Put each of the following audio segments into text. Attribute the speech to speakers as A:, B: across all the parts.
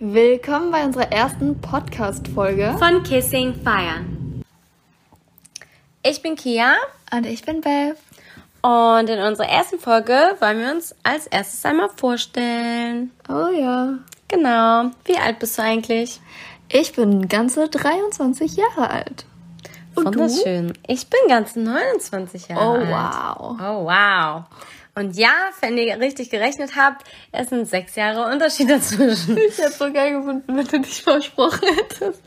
A: Willkommen bei unserer ersten Podcast-Folge.
B: von Kissing Feiern. Ich bin Kia
A: Und ich bin Bev.
B: und in unserer ersten Folge wollen wir uns als erstes einmal vorstellen.
A: Oh ja.
B: Genau. Wie alt bist du eigentlich?
A: Ich bin ganze 23 Jahre alt. Und du?
B: Wunderschön. Ich bin ganz 29 Jahre
A: Oh
B: alt.
A: wow.
B: Oh wow. Und ja, wenn ihr richtig gerechnet habt, es sind sechs Jahre Unterschied dazwischen.
A: Ich hätte so geil gefunden, wenn du dich versprochen hättest.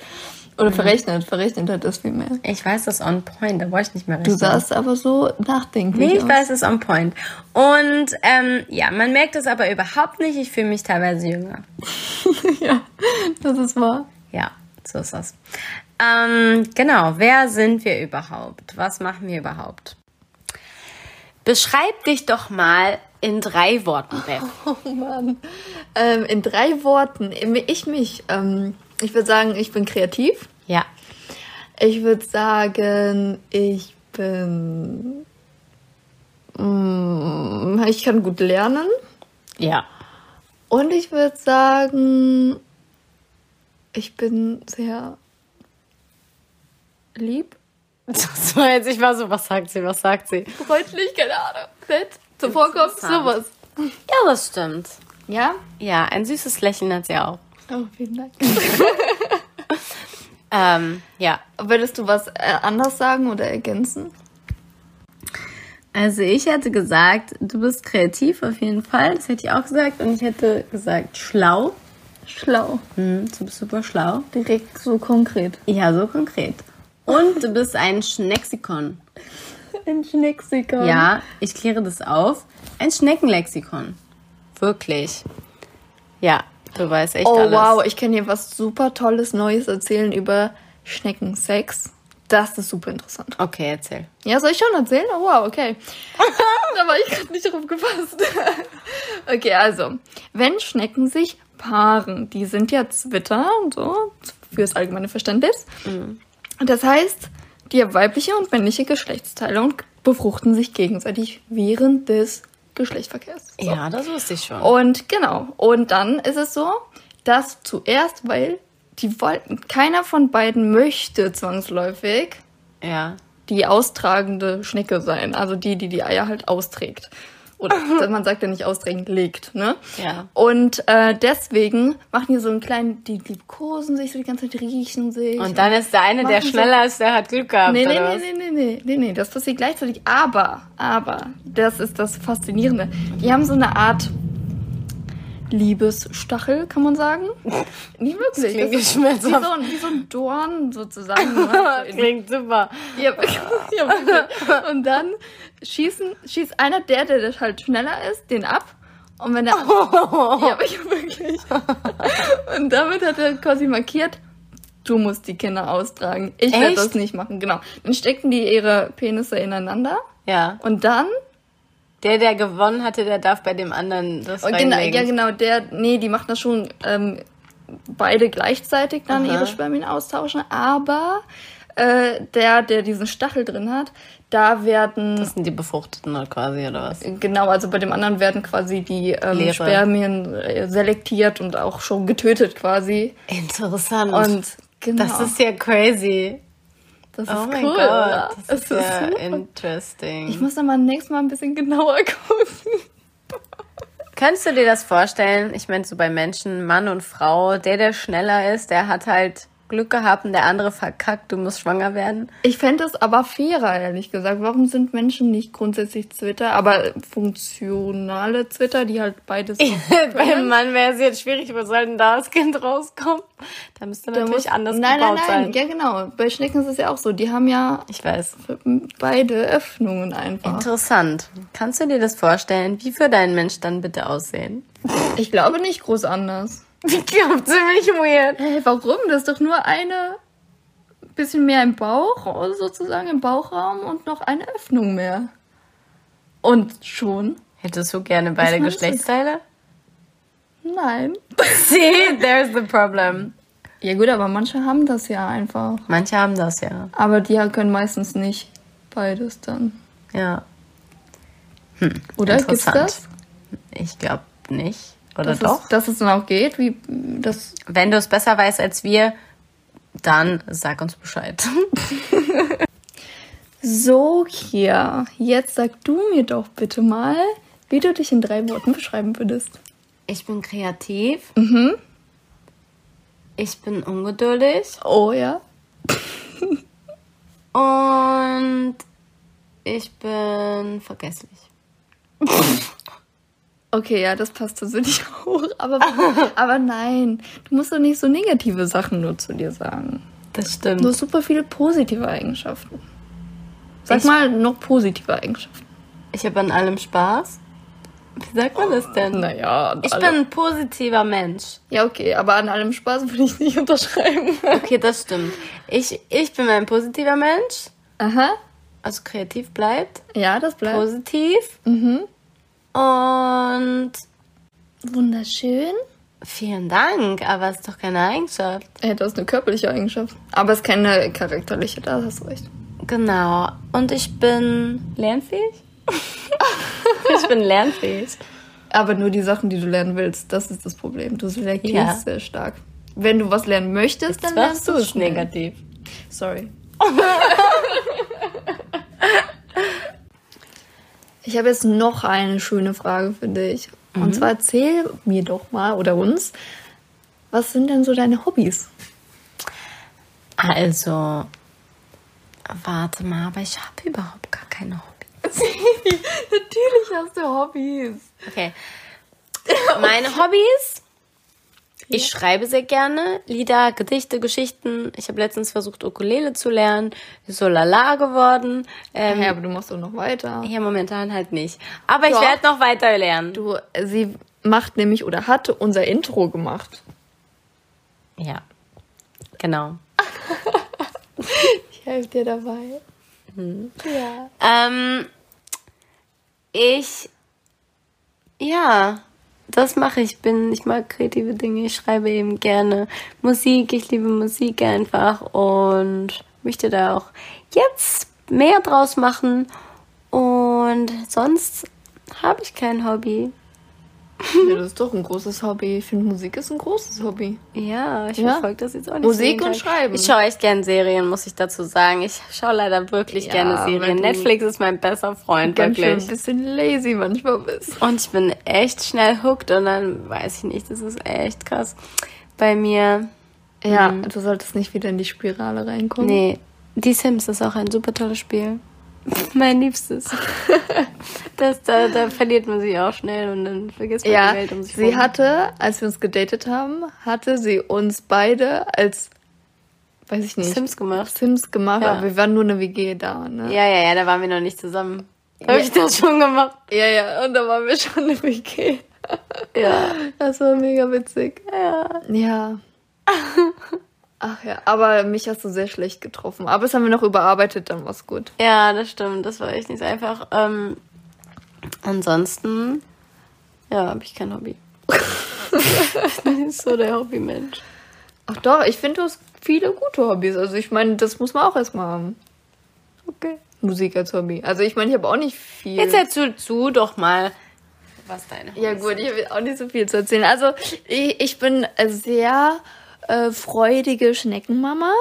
A: Oder verrechnet, verrechnet hättest vielmehr.
B: Ich weiß das on point, da brauche ich nicht mehr
A: Du
B: rechnen.
A: sahst aber so nachdenklich
B: Nee, ich
A: aus.
B: weiß, es ist on point. Und ähm, ja, man merkt es aber überhaupt nicht. Ich fühle mich teilweise jünger.
A: ja, das ist wahr.
B: Ja, so ist das. Ähm, genau, wer sind wir überhaupt? Was machen wir überhaupt? Beschreib dich doch mal in drei Worten, Beth.
A: Oh Mann. Ähm, in drei Worten, ich mich. Ähm, ich würde sagen, ich bin kreativ.
B: Ja.
A: Ich würde sagen, ich bin. Mm, Ich kann gut lernen.
B: Ja.
A: Und ich würde sagen, ich bin sehr lieb,
B: Das war jetzt, ich war so, was sagt sie, was sagt sie?
A: freundlich, keine Ahnung, nett, zuvorkommend,
B: Interessant.
A: sowas.
B: Ja, das stimmt.
A: Ja?
B: Ja, ein süßes Lächeln hat sie auch.
A: Oh, vielen Dank.
B: Ähm, ja.
A: Würdest du was äh, anders sagen oder ergänzen?
B: Also ich hätte gesagt, du bist kreativ auf jeden Fall. Das hätte ich auch gesagt. Und ich hätte gesagt, schlau.
A: Schlau.
B: Hm, du bist super schlau.
A: Direkt so konkret.
B: Ja, so konkret. Und du bist ein Schnexikon.
A: Ein Schnicksikon.
B: Ja, ich kläre das auf. Ein Schneckenlexikon. Wirklich. Ja, du weißt echt
A: Oh
B: alles.
A: wow, ich kann dir was super Tolles Neues erzählen über Schneckensex. Das ist super interessant.
B: Okay, erzähl.
A: Ja, soll ich schon erzählen? Oh, wow, okay. da war ich gerade nicht drauf gefasst. okay, also, wenn Schnecken sich paaren, die sind ja Zwitter und so, fürs allgemeine Verständnis.
B: Mhm.
A: Das heißt, die haben weibliche und männliche Geschlechtsteile und befruchten sich gegenseitig während des Geschlechtsverkehrs. So.
B: Ja, das wusste ich schon.
A: Und genau. Und dann ist es so, dass zuerst, weil die wollten, keiner von beiden möchte zwangsläufig
B: Ja.
A: die austragende Schnecke sein. Also die, die die Eier halt austrägt. Oder man sagt ja nicht austragen, legt, ne?
B: Mhm. Ja.
A: Und äh, deswegen machen die so einen kleinen, die liebkosen sich so die ganze Zeit, riechen sich.
B: Und dann ist der eine, der
A: Machen Sie-
B: schneller ist, der hat Glück gehabt.
A: Nee, nee, nee,
B: oder was?
A: nee, nee, nee, nee, nee, das passiert gleichzeitig. Aber, aber, das ist das Faszinierende. Die haben so eine Art Liebesstachel, kann man sagen. Nicht wirklich. Das ist
B: klingt
A: wie, so
B: schmerzhaft.
A: ein, wie so ein Dorn sozusagen. ne? So in-
B: Klingt super.
A: ja,
B: Ah.
A: ja, wirklich. und dann schießen, schießt einer der, der das halt schneller ist, den ab. Und wenn der. Ja, ja, wirklich. Und damit hat er quasi markiert, du musst die Kinder austragen. Ich werde
B: Echt?
A: das nicht machen, genau. Dann steckten die ihre Penisse ineinander
B: Ja.
A: und dann.
B: Der, der gewonnen hatte, der darf bei dem anderen das
A: Und genau,
B: reinlegen.
A: ja, genau, der. Nee, die machen das schon ähm, beide gleichzeitig dann
B: Aha.
A: ihre Spermien austauschen, aber. Äh, der, der diesen Stachel drin hat, da werden
B: Das sind die Befruchteten halt quasi, oder was?
A: Genau, also bei dem anderen werden quasi die ähm,
B: Leere.
A: Spermien äh, selektiert und auch schon getötet quasi.
B: Interessant.
A: Und genau,
B: das ist ja crazy.
A: das ist
B: Oh mein
A: cool. oder?
B: Gott. Das
A: Es
B: ist ja
A: super. ich
B: interesting.
A: muss da mal nächstes Mal ein bisschen genauer gucken.
B: Kannst du dir das vorstellen? Ich meine, so bei Menschen, Mann und Frau, der, der schneller ist, der hat halt Glück gehabt und der andere verkackt, du musst schwanger werden.
A: Ich fände es aber fairer, ehrlich gesagt. Warum sind Menschen nicht grundsätzlich Zwitter, aber funktionale Zwitter, die halt beides.
B: Beim Mann wäre es jetzt schwierig, wo soll denn da das Kind rauskommen? Da müsste
A: Da
B: natürlich
A: muss-
B: anders
A: nein,
B: gebaut
A: nein, nein.
B: sein.
A: Ja, genau. Bei Schnecken ist es ja auch so. Die haben ja
B: Ich weiß.
A: beide Öffnungen
B: Äh.
A: einfach.
B: Interessant. Kannst du dir das vorstellen? Wie würde ein Mensch dann bitte aussehen?
A: Ich glaube nicht groß anders.
B: Ich glaube, ziemlich weird.
A: Hey, warum? Das ist doch nur eine bisschen mehr im Bauch, also sozusagen im Bauchraum und noch eine Öffnung mehr. Und schon?
B: Hättest du gerne beide
A: Ich weiß es.
B: Geschlechtsteile?
A: Nein.
B: See, there's the problem.
A: Ja gut, aber manche haben das ja einfach.
B: Manche haben das ja.
A: Aber die können meistens nicht beides dann.
B: Ja.
A: Oder gibt's
B: Interessant.
A: das?
B: Ich glaube nicht. Oder
A: Dass
B: doch?
A: es, dass es dann auch geht, wie das.
B: Wenn du es besser weißt als wir, dann sag uns Bescheid.
A: So, Kia, jetzt sag du mir doch bitte mal, wie du dich in drei Worten beschreiben würdest.
B: Ich bin kreativ.
A: Mhm.
B: Ich bin ungeduldig.
A: Oh ja.
B: Und ich bin vergesslich.
A: Okay, ja, das passt persönlich auch. Aber, aber nein, du musst doch nicht so negative Sachen nur zu dir sagen.
B: Das
A: Du
B: stimmt.
A: hast super viele positive Eigenschaften. Sag
B: Ich-
A: mal noch positive Eigenschaften.
B: Ich habe an allem Spaß. Wie sagt man das denn?
A: Naja,
B: Ich
A: alle-
B: bin ein positiver Mensch.
A: Ja, okay, aber an allem Spaß würde ich nicht unterschreiben.
B: Okay, das stimmt. Ich, ich bin ein positiver Mensch.
A: Aha.
B: Also kreativ bleibt.
A: Ja, das bleibt.
B: Positiv. Und
A: Wunderschön.
B: vielen Dank, aber ist doch keine Eigenschaft.
A: Ja, Äh, das ist eine körperliche Eigenschaft. Aber es ist keine charakterliche, da hast du recht.
B: Genau. Und ich bin lernfähig? ich bin lernfähig.
A: Aber nur die Sachen, die du lernen willst, das ist das Problem. Du selektierst
B: Ja.
A: sehr stark. Wenn du was lernen möchtest, dann
B: Das
A: lernst du
B: du
A: es
B: ist
A: schnell.
B: negativ.
A: Sorry. ich habe jetzt noch eine schöne Frage für dich. Und zwar erzähl mir doch mal oder uns, was sind denn so deine Hobbys?
B: Also, warte mal, aber ich habe überhaupt gar keine Hobby.
A: Natürlich hast du Hobbys.
B: Okay. Meine Hobbys? Ich schreibe sehr gerne Lieder, Gedichte, Geschichten. Ich habe letztens versucht, Ukulele zu lernen. Ist so lala geworden. Ähm,
A: Ja, aber du machst doch noch weiter.
B: ja, momentan halt nicht. Aber ich
A: Doch.
B: werde noch weiter lernen.
A: Du, sie macht nämlich oder hat unser Intro gemacht.
B: Ja, genau.
A: Ich helfe dir dabei. Mhm. Ja.
B: Ähm, ich, ja, das mache ich. Bin, ich mag kreative Dinge. Ich schreibe eben gerne Musik. Ich liebe Musik einfach und möchte da auch jetzt mehr draus machen. Und sonst habe ich kein Hobby.
A: ja, das ist doch ein großes Hobby. Ich finde, Musik ist ein großes Hobby.
B: Ja, ich
A: Ja.
B: verfolge das jetzt auch nicht.
A: Musik
B: jeden
A: und
B: Tag.
A: Schreiben.
B: Ich schaue echt gern Serien, muss ich dazu sagen. Ich schaue leider wirklich
A: Ja,
B: gerne
A: weil
B: Serien.
A: du-
B: Netflix ist mein bester Freund,
A: Ganz schön
B: wirklich.
A: ein bisschen lazy manchmal bist.
B: Und ich bin echt schnell hooked und dann weiß ich nicht, das ist echt krass. Bei mir,
A: Ja, du solltest nicht wieder in die Spirale reinkommen.
B: Mm. nee, Die Sims ist auch ein super tolles Spiel. Mein Liebstes. Das, da, da verliert man sich auch schnell und dann vergisst man
A: Ja,
B: die Welt um sich
A: sie
B: rum.
A: hatte, als wir uns gedatet haben, hatte sie uns beide als, weiß ich nicht,
B: Sims gemacht.
A: Sims gemacht,
B: Ja.
A: aber wir waren nur eine WG da, ne?
B: Ja, ja, ja, da waren wir noch nicht zusammen. Habe ich das schon gemacht?
A: ja, ja, und da waren wir schon eine WG.
B: Ja.
A: Das war mega witzig.
B: ja.
A: Ja. Ach ja, aber mich hast du sehr schlecht getroffen. Aber das haben wir noch überarbeitet, dann war's gut.
B: Ja, das stimmt. Das war echt nicht so einfach. Ähm, ansonsten, ja, habe ich kein Hobby. ich bin nicht so der Hobbymensch.
A: Ach doch, ich finde, du hast viele gute Hobbys. Also ich meine, das muss man auch erstmal haben.
B: Okay.
A: Musik als Hobby. Also ich meine, ich habe auch nicht viel.
B: Jetzt erzähl zu doch mal, was deine
A: ja gut, ich habe auch nicht so viel zu erzählen. Also ich, ich bin äh, sehr äh, freudige Schneckenmama.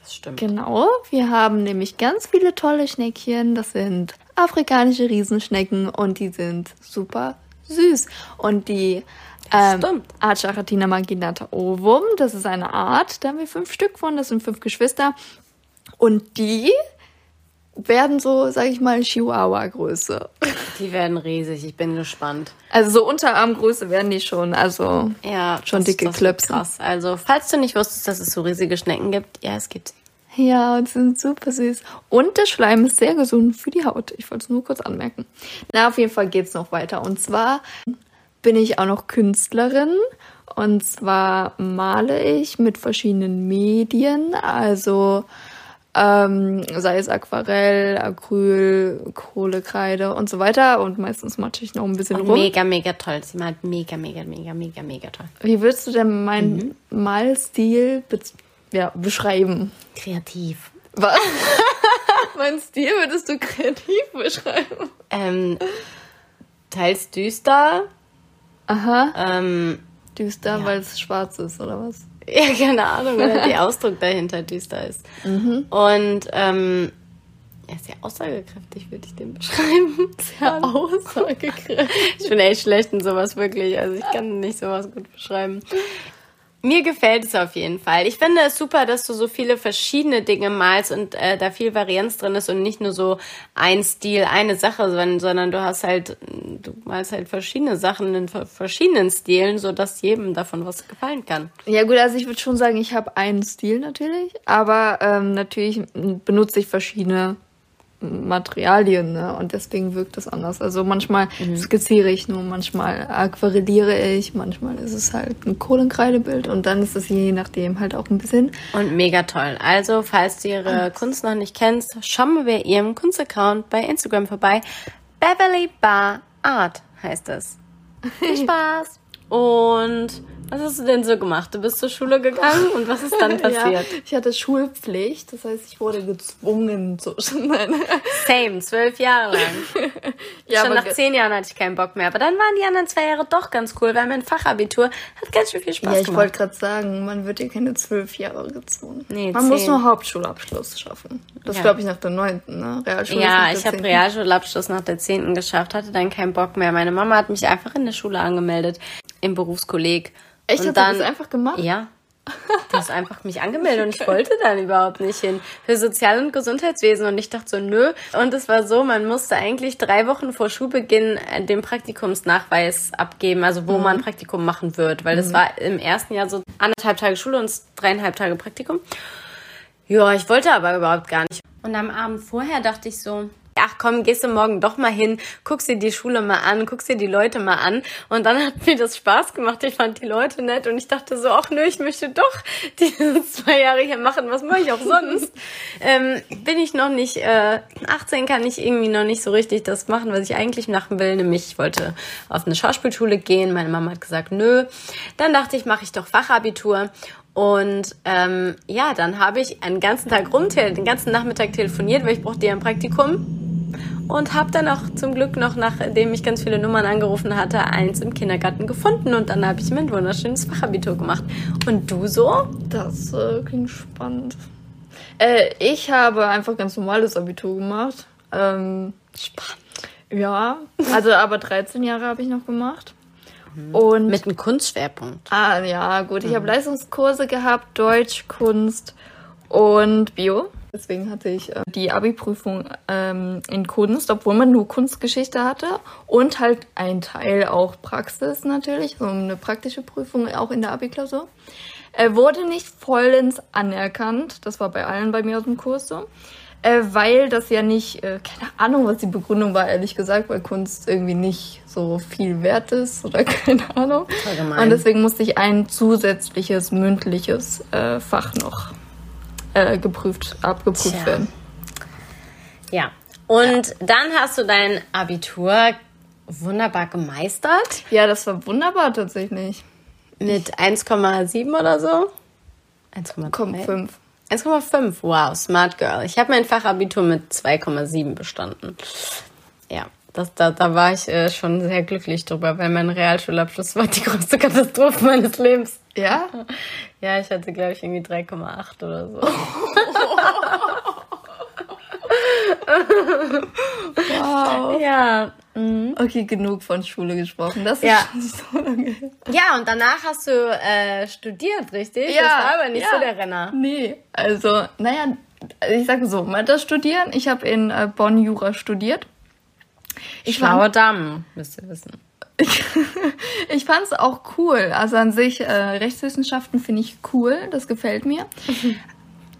B: Das stimmt.
A: Genau, wir haben nämlich ganz viele tolle Schneckchen. Das sind afrikanische Riesenschnecken und die sind super süß. Und die ähm,
B: Stimmt.
A: Art Charatina marginata ovum, das ist eine Art, da haben wir fünf Stück von, das sind fünf Geschwister. Und die werden so, sag ich mal, Chihuahua-Größe.
B: Die werden riesig, ich bin gespannt.
A: Also so Unterarmgröße werden die schon. Also
B: Ja,
A: Schon dicke
B: wird
A: Klöpse.
B: Krass. Also, falls du nicht wusstest, dass es so riesige Schnecken gibt, ja, es gibt sie.
A: Ja, und sind super süß. Und der Schleim ist sehr gesund für die Haut. Ich wollte es nur kurz anmerken. Na, auf jeden Fall geht's noch weiter. Und zwar bin ich auch noch Künstlerin. Und zwar male ich mit verschiedenen Medien. Also ähm, sei es Aquarell, Acryl, Kohlekreide und so weiter. Und meistens matsche ich noch ein bisschen
B: Und
A: rum.
B: mega, mega toll. Sie malt mega, mega, mega, mega, mega toll.
A: Wie würdest du denn meinen Malstil be ja, beschreiben?
B: Kreativ.
A: Was? mein Stil würdest du kreativ beschreiben?
B: Ähm, teils düster,
A: Aha.
B: Ähm,
A: Düster, weil es schwarz ist, oder was?
B: ja, keine Ahnung, weil der Ausdruck dahinter düster ist. Und ähm, ja, sehr aussagekräftig würde ich den beschreiben. Sehr
A: Aussagekräftig.
B: Ich bin echt schlecht in sowas wirklich. Also ich kann nicht sowas gut beschreiben. Mir gefällt es auf jeden Fall. Ich finde es super, dass du so viele verschiedene Dinge malst und äh, da viel Varianz drin ist und nicht nur so ein Stil, eine Sache, sondern, sondern du hast halt, du malst halt verschiedene Sachen in ver- verschiedenen Stilen, sodass jedem davon was gefallen kann.
A: Ja gut, also ich würde schon sagen, ich habe einen Stil natürlich, aber ähm, natürlich benutze ich verschiedene Materialien ne? und deswegen wirkt das anders. Also manchmal
B: Mhm.
A: skizziere ich nur, manchmal aquarelliere ich, manchmal ist es halt ein Kohlenkreidebild und dann ist es je nachdem halt auch ein bisschen
B: Und mega toll. Also, falls du
A: Ah.
B: ihre Kunst noch nicht kennst, schau mal bei ihrem Kunstaccount bei Instagram vorbei. Beverly Bar Art heißt es. Viel Spaß! Und was hast du denn so gemacht? Du bist zur Schule gegangen und was ist dann
A: Ja,
B: passiert?
A: ich hatte Schulpflicht, das heißt, ich wurde gezwungen zu. Nein.
B: Same, zwölf Jahre lang.
A: Ja,
B: Schon
A: aber
B: nach
A: ge-
B: zehn Jahren hatte ich keinen Bock mehr. Aber dann waren die anderen zwei Jahre doch ganz cool, weil mein Fachabitur hat ganz schön viel Spaß
A: ja, ich
B: gemacht.
A: wollte gerade sagen, man wird ja keine zwölf Jahre gezwungen.
B: Nee,
A: man muss
B: zehn.
A: nur Hauptschulabschluss schaffen. Das
B: Ja.
A: glaube ich nach der neunten, ne? Realschule
B: Ja,
A: ist
B: ich
A: nach der
B: habe
A: 10..
B: Realschulabschluss nach der 10. geschafft, hatte dann keinen Bock mehr. Meine Mama hat mich einfach in der Schule angemeldet, im Berufskolleg.
A: Echt,
B: und
A: hast
B: dann,
A: du das einfach gemacht?
B: Ja. Du hast einfach mich angemeldet und ich wollte dann überhaupt nicht hin. Für Sozial- und Gesundheitswesen. Und ich dachte so, nö. Und es war so, man musste eigentlich drei Wochen vor Schulbeginn äh, den Praktikumsnachweis abgeben, also
A: Mhm.
B: wo man Praktikum machen wird. Weil das war im ersten Jahr so anderthalb Tage Schule und dreieinhalb Tage Praktikum. Ja, ich wollte aber überhaupt gar nicht. Und am Abend vorher dachte ich so, ach komm, gehst du morgen doch mal hin, guckst dir die Schule mal an, guckst dir die Leute mal an. Und dann hat mir das Spaß gemacht. Ich fand die Leute nett und ich dachte so, ach nö, ich möchte doch diese zwei Jahre hier machen. Was mache ich auch sonst? ähm, bin ich noch nicht, äh, 18 kann ich irgendwie noch nicht so richtig das machen, was ich eigentlich machen will. Nämlich, ich wollte auf eine Schauspielschule gehen. Meine Mama hat gesagt, nö. Dann dachte ich, mache ich doch Fachabitur. Und ähm, ja, dann habe ich einen ganzen Tag rumtel, den ganzen Nachmittag telefoniert, weil ich brauchte ja ein Praktikum. Und habe dann auch zum Glück noch, nachdem ich ganz viele Nummern angerufen hatte, eins im Kindergarten gefunden. Und dann habe ich mein wunderschönes Fachabitur gemacht. Und du so?
A: Das äh, klingt spannend. Äh, ich habe einfach ganz normales Abitur gemacht. Ähm,
B: Spannend.
A: ja, also aber 13 Jahre habe ich noch gemacht. Und
B: Mit einem Kunstschwerpunkt.
A: ah ja, gut, ich habe Leistungskurse gehabt, Deutsch, Kunst und Bio. Deswegen hatte ich äh, die Abi-Prüfung ähm, in Kunst, obwohl man nur Kunstgeschichte hatte und halt ein Teil auch Praxis natürlich, so eine praktische Prüfung auch in der Abi-Klausur. Äh, wurde nicht vollends anerkannt. Das war bei allen bei mir aus dem Kurs so. Äh, weil das ja nicht, äh, keine Ahnung, was die Begründung war, ehrlich gesagt, weil Kunst irgendwie nicht so viel wert ist oder keine Ahnung.
B: Voll gemein.
A: Und deswegen musste ich ein zusätzliches mündliches äh, Fach noch äh, geprüft, abgeprüft
B: Tja.
A: werden.
B: Ja. Und dann hast du dein Abitur wunderbar gemeistert.
A: Ja, das war wunderbar tatsächlich.
B: Mit 1,7 oder so. 1,3.
A: Komm, fünf.
B: 1,5. Wow, smart girl. Ich habe mein Fachabitur mit 2,7 bestanden. Ja, das, da, da war ich äh, schon sehr glücklich drüber, weil mein Realschulabschluss war die größte Katastrophe meines Lebens.
A: Ja?
B: Ja, ich hatte, glaube ich, irgendwie 3,8 oder so.
A: Wow.
B: Ja.
A: Okay, genug von Schule gesprochen. Das ist
B: Mhm. Ja.
A: schon so lange her.
B: Ja, und danach hast du äh, studiert, richtig? Das war aber nicht
A: ja.
B: so der Renner.
A: Nee, also, naja, ich sage so, mal das Studieren. Ich habe in äh, Bonn Jura studiert. Ich
B: Schlaue Damen, müsst ihr wissen.
A: ich fand's auch cool. Also an sich, äh, Rechtswissenschaften finde ich cool, das gefällt mir.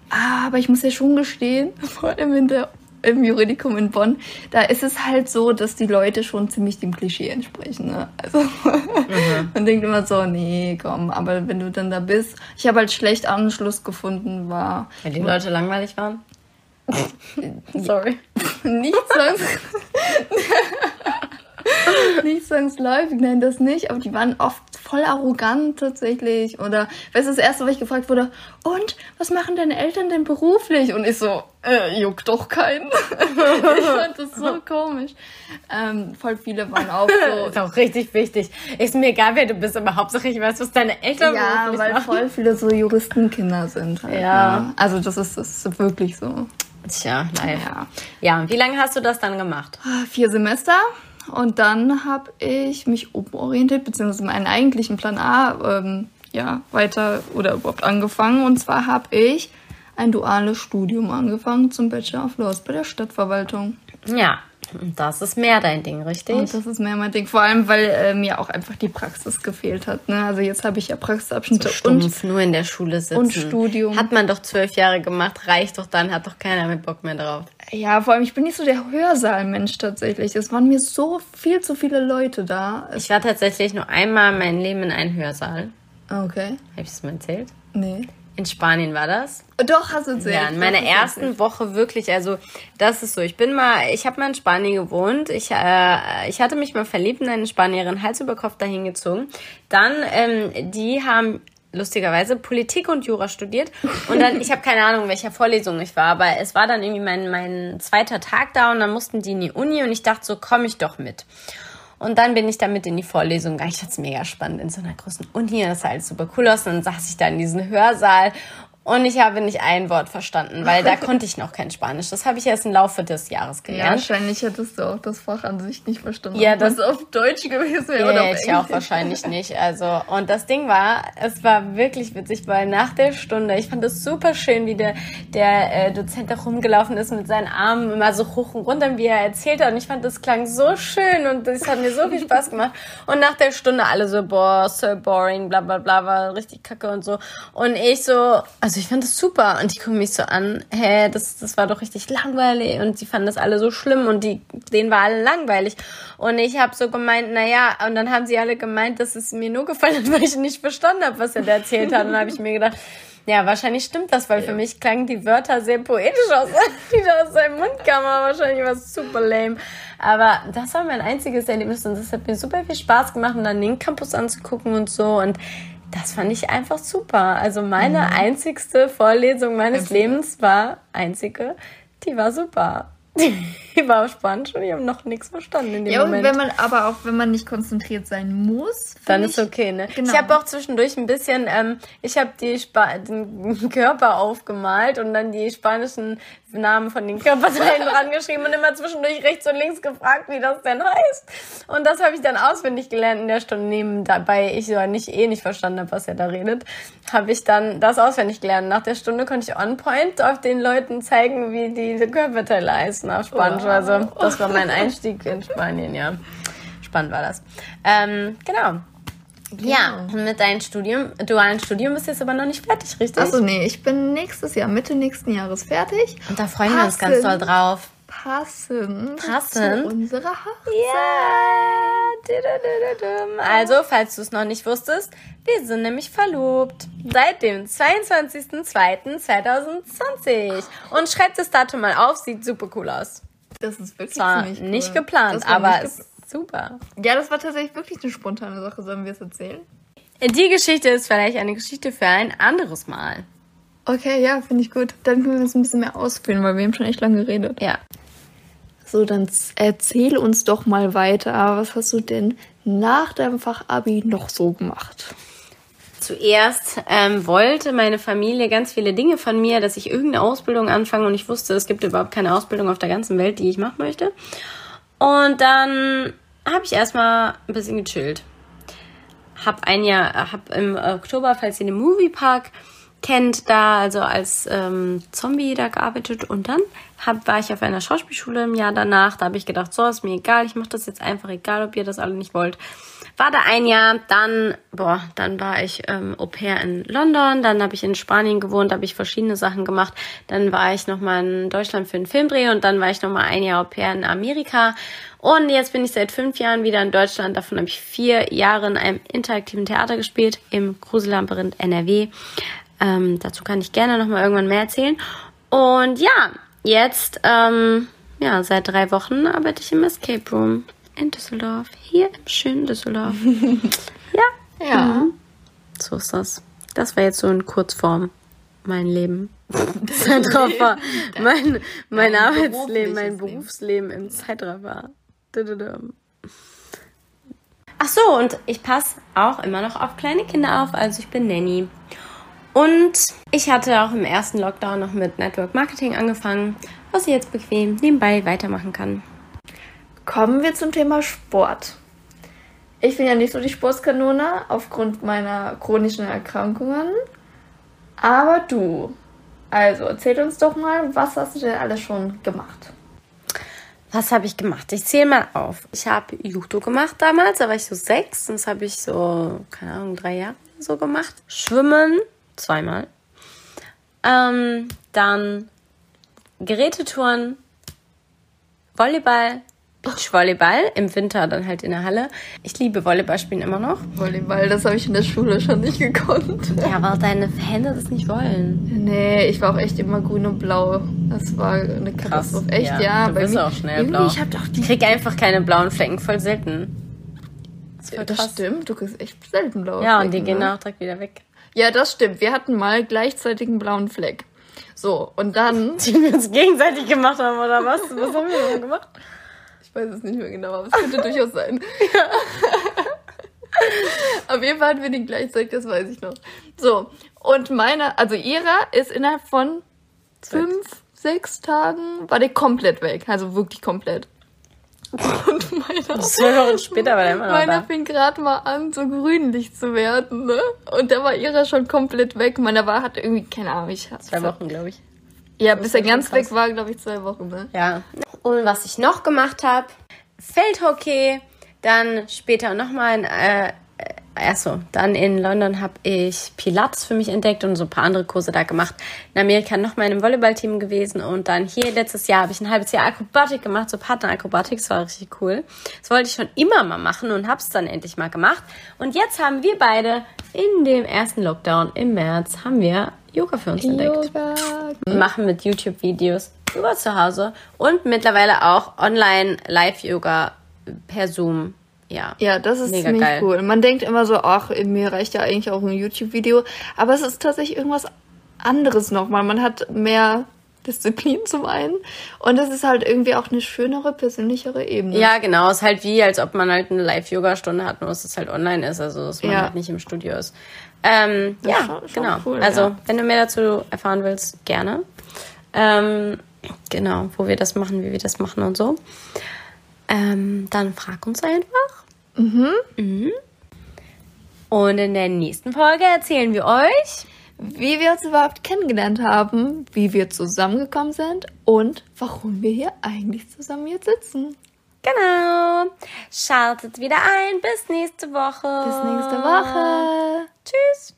A: Aber ich muss ja schon gestehen, vor allem in der, im Juridikum in Bonn, da ist es halt so, dass die Leute schon ziemlich dem Klischee entsprechen. Ne? Also man denkt immer so, nee, komm, aber wenn du dann da bist. Ich habe halt schlecht Anschluss gefunden, war
B: Weil die Leute langweilig waren. Sorry.
A: Nicht, zwangs nicht zwangsläufig, nein, das nicht, aber die waren oft voll arrogant tatsächlich. Oder, weißt du, das erste, was ich gefragt wurde, und was machen deine Eltern denn beruflich? Und ich so, äh, juckt doch keinen. ich fand das so komisch. Ähm, voll viele waren auch so,
B: Ist auch richtig wichtig. Ist mir egal, wer du bist, aber Hauptsache ich weiß, was deine Eltern
A: ja,
B: beruflich
A: weil
B: machen.
A: voll viele so Juristenkinder sind. Halt,
B: Ja.
A: ne? Also das ist, das ist wirklich so.
B: Tja, naja.
A: Ja.
B: Ja, wie lange hast du das dann gemacht?
A: Ah, Vier Semester und dann habe ich mich umorientiert, beziehungsweise meinen eigentlichen Plan A ähm, ja, weiter oder überhaupt angefangen. Und zwar habe ich ein duales Studium angefangen zum Bachelor of Laws bei der Stadtverwaltung.
B: Ja, und das ist mehr dein Ding, richtig?
A: Und das ist mehr mein Ding, vor allem weil äh, mir auch einfach die Praxis gefehlt hat. Ne? Also jetzt habe ich ja Praxisabschnitte und
B: Stumpf, nur in der Schule sitzen.
A: und Studium.
B: Hat man doch zwölf Jahre gemacht, reicht doch dann, hat doch keiner mehr Bock mehr drauf.
A: Ja, vor allem, ich bin nicht so der Hörsaalmensch tatsächlich. Es waren mir so viel zu viele Leute da. Es-
B: Ich war tatsächlich nur einmal in meinem Leben in einem Hörsaal.
A: Okay.
B: Habe ich das mal erzählt?
A: Nee.
B: In Spanien war das.
A: Doch, hast du erzählt.
B: Ja, in meiner ersten Woche wirklich. Also das ist so. Ich bin mal, ich habe mal in Spanien gewohnt. Ich, äh, ich hatte mich mal verliebt in eine Spanierin, Hals über Kopf dahin gezogen. Dann, ähm, die haben lustigerweise Politik und Jura studiert und dann ich habe keine Ahnung in welcher Vorlesung ich war aber es war dann irgendwie mein mein zweiter Tag da und dann mussten die in die Uni und ich dachte so komme ich doch mit und dann bin ich damit in die Vorlesung gegangen. Ich fand es mega spannend in so einer großen Uni. Das sah alles super cool aus. Und dann saß ich da in diesem Hörsaal und ich habe nicht ein Wort verstanden, weil da konnte ich noch kein Spanisch. Das habe ich erst im Laufe des Jahres
A: Ja,
B: gelernt.
A: wahrscheinlich hättest du auch das Fach an sich nicht verstanden.
B: Ja,
A: ob das
B: das-
A: auf Deutsch gewesen wäre
B: Ja,
A: oder auf
B: hätte ich auch
A: Englisch.
B: wahrscheinlich nicht. Also, und das Ding war, es war wirklich witzig, weil nach der Stunde, ich fand es super schön, wie der, der äh, Dozent da rumgelaufen ist mit seinen Armen immer so hoch und runter, wie er erzählt hat. Und ich fand, das klang so schön und das hat mir so viel Spaß gemacht. Und nach der Stunde alle so, boah, so boring, bla bla bla, war richtig kacke und so. Und ich so, also ich fand das super. Und die gucken mich so an, hä, das, das war doch richtig langweilig. Und die fanden das alle so schlimm und die, denen war alle langweilig. Und ich habe so gemeint, naja, und dann haben sie alle gemeint, dass es mir nur gefallen hat, weil ich nicht verstanden habe, was er da erzählt hat. Und dann habe ich mir gedacht, ja, wahrscheinlich stimmt das, weil für mich klangen die Wörter sehr poetisch aus, die da aus seinem Mund kamen. Aber Wahrscheinlich war es super lame. Aber das war mein einziges Erlebnis und das hat mir super viel Spaß gemacht, und dann den Campus anzugucken und so. Und das fand ich einfach super. Also meine
A: Mhm.
B: einzigste Vorlesung meines Lebens war einzige, die war super. Die war auf Spanisch und ich habe noch nichts verstanden in dem
A: Ja, und
B: Moment.
A: wenn man aber auch, wenn man nicht konzentriert sein muss, finde
B: Dann
A: ich,
B: ist okay, ne?
A: Genau.
B: Ich habe auch zwischendurch ein bisschen, ähm, ich habe die Spa den Körper aufgemalt und dann die spanischen Namen von den Körperteilen rangeschrieben und immer zwischendurch rechts und links gefragt, wie das denn heißt. Und das habe ich dann auswendig gelernt in der Stunde neben dabei ich so nicht eh nicht verstanden habe, was er da redet, habe ich dann das auswendig gelernt. Nach der Stunde konnte ich on point auf den Leuten zeigen, wie diese Körperteile heißen auf Spanisch. Also das war mein Einstieg in Spanien, ja. Spannend war das. Ähm, genau. Ja, und mit deinem Studium, dualen Studium bist du jetzt aber noch nicht fertig, richtig?
A: Achso, nee, ich bin nächstes Jahr, Mitte nächsten Jahres fertig.
B: und da freuen wir uns ganz doll
A: Passend.
B: drauf.
A: Passend.
B: Passend.
A: Zu unserer Hochzeit.
B: Ja. Also, falls du es noch nicht wusstest, wir sind nämlich verlobt. Seit dem 22.02.2020. Und schreibt das Datum mal auf, sieht super cool aus.
A: Das ist wirklich
B: War
A: ziemlich
B: nicht,
A: cool.
B: geplant,
A: Das war
B: aber
A: nicht geplant.
B: ist super.
A: Ja, das war tatsächlich wirklich eine spontane Sache. Sollen wir es erzählen?
B: Die Geschichte ist vielleicht eine Geschichte für ein anderes Mal.
A: Okay, ja, finde ich gut. Dann können wir es ein bisschen mehr ausführen, weil wir haben schon echt lange geredet.
B: Ja.
A: So, dann z- erzähl uns doch mal weiter. Aber was hast du denn nach deinem Fachabi noch so gemacht?
B: Zuerst ähm, wollte meine Familie ganz viele Dinge von mir, dass ich irgendeine Ausbildung anfange und ich wusste, es gibt überhaupt keine Ausbildung auf der ganzen Welt, die ich machen möchte. Und dann habe ich erstmal ein bisschen gechillt. Hab ein Jahr, hab im Oktober, falls ihr den Moviepark kennt, da also als ähm, Zombie da gearbeitet und dann hab, war ich auf einer Schauspielschule im Jahr danach. Da habe ich gedacht, so ist mir egal, ich mache das jetzt einfach, egal ob ihr das alle nicht wollt. War da ein Jahr, dann, boah, dann war ich ähm, Au pair in London, dann habe ich in Spanien gewohnt, habe ich verschiedene Sachen gemacht. Dann war ich nochmal in Deutschland für einen Filmdreh und dann war ich nochmal ein Jahr Au pair in Amerika. Und jetzt bin ich seit fünf Jahren wieder in Deutschland. Davon habe ich vier Jahre in einem interaktiven Theater gespielt, im Grusellabyrinth NRW. Ähm, dazu kann ich gerne nochmal irgendwann mehr erzählen. Und ja, jetzt, ähm, ja, seit drei Wochen arbeite ich im Escape Room in Düsseldorf, hier im schönen Düsseldorf. ja,
A: Ja.
B: So ist das. Das war jetzt so in Kurzform mein Leben. Zeitraffer. Mein, mein Arbeitsleben, mein
A: berufliches
B: Berufsleben im Zeitraffer. Dududum.
C: Ach so, und ich passe auch immer noch auf kleine Kinder auf, also ich bin Nanny. Und ich hatte auch im ersten Lockdown noch mit Network Marketing angefangen, was ich jetzt bequem nebenbei weitermachen kann.
A: Kommen wir zum Thema Sport. Ich bin ja nicht so die Sportskanone aufgrund meiner chronischen Erkrankungen. Aber du, also erzähl uns doch mal, was hast du denn alles schon gemacht?
B: Was habe ich gemacht? Ich zähle mal auf. Ich habe Judo gemacht damals, da war ich so sechs. Und das habe ich so, keine Ahnung, drei Jahre so gemacht. Schwimmen zweimal. Ähm, dann Gerätetouren, Volleyball, Beachvolleyball im Winter dann halt in der Halle. Ich liebe Volleyball spielen immer noch.
A: Volleyball, das habe ich in der Schule schon nicht gekonnt.
B: Ja, weil deine Hände das nicht wollen.
A: Nee, ich war auch echt immer grün und blau. Das war eine Katastrophe. Echt, ja.
B: du bist
A: mir-
B: auch schnell
A: irgendwie,
B: blau.
A: Ich habe doch die.
B: Ich krieg einfach keine blauen Flecken, voll selten.
A: Ja, das stimmt, du kriegst echt selten blaue
B: Ja, und die
A: Flecken,
B: gehen
A: ne?
B: auch direkt wieder weg.
A: Ja, das stimmt. Wir hatten mal gleichzeitig einen blauen Fleck. So, und dann.
B: Die wir uns gegenseitig gemacht haben, oder was? Was haben wir denn gemacht?
A: Ich weiß es nicht mehr genau, aber es könnte durchaus sein. Auf jeden Fall hatten wir den gleichzeitig, das weiß ich noch. So, und meine, also ihrer ist innerhalb von fünf, sechs Tagen, war der komplett weg. Also wirklich komplett. Und meiner.
B: Zwölf Wochen später war der immer noch
A: Meiner
B: da.
A: fing gerade mal an, so grünlich zu werden, ne? Und da war ihrer schon komplett weg. Meiner war, hatte irgendwie, keine Ahnung, ich hatte.
B: Zwei Wochen, glaube ich.
A: Ja, bis er
B: war schon
A: ganz weg war, glaube ich, zwei Wochen, ne?
B: Ja.
C: Und was ich noch gemacht habe,
B: Feldhockey, dann später nochmal in, äh, äh, achso, dann in London habe ich Pilates für mich entdeckt und so ein paar andere Kurse da gemacht. In Amerika nochmal in einem Volleyballteam gewesen und dann hier letztes Jahr habe ich ein halbes Jahr Akrobatik gemacht, so Partnerakrobatik, das war richtig cool. Das wollte ich schon immer mal machen und habe es dann endlich mal gemacht. Und jetzt haben wir beide in dem ersten Lockdown im März haben wir Yoga für uns entdeckt
A: Yoga.
B: machen mit YouTube-Videos über zu Hause und mittlerweile auch online Live-Yoga per Zoom. Ja.
A: Ja, das ist
B: Mega
A: ziemlich
B: geil.
A: cool. Man denkt immer so, ach, mir reicht ja eigentlich auch ein YouTube-Video. Aber es ist tatsächlich irgendwas anderes nochmal. Man hat mehr Disziplin zum einen. Und es ist halt irgendwie auch eine schönere, persönlichere Ebene.
B: Ja, genau. Ist halt wie, als ob man halt eine Live-Yoga-Stunde hat, nur dass es halt online ist, also dass man
A: Ja.
B: halt nicht im Studio ist. Ähm,
A: Das
B: ja,
A: ist schon- schon
B: genau.
A: cool,
B: also,
A: ja.
B: wenn du mehr dazu erfahren willst, gerne. Ähm, genau, wo wir das machen, wie wir das machen und so. Ähm, dann frag uns einfach. Mhm. Und in der nächsten Folge erzählen wir euch,
A: Wie wir uns überhaupt kennengelernt haben, wie wir zusammengekommen sind und warum wir hier eigentlich zusammen jetzt sitzen.
B: Genau. Schaltet wieder ein. Bis nächste Woche.
A: Bis nächste Woche.
B: Tschüss.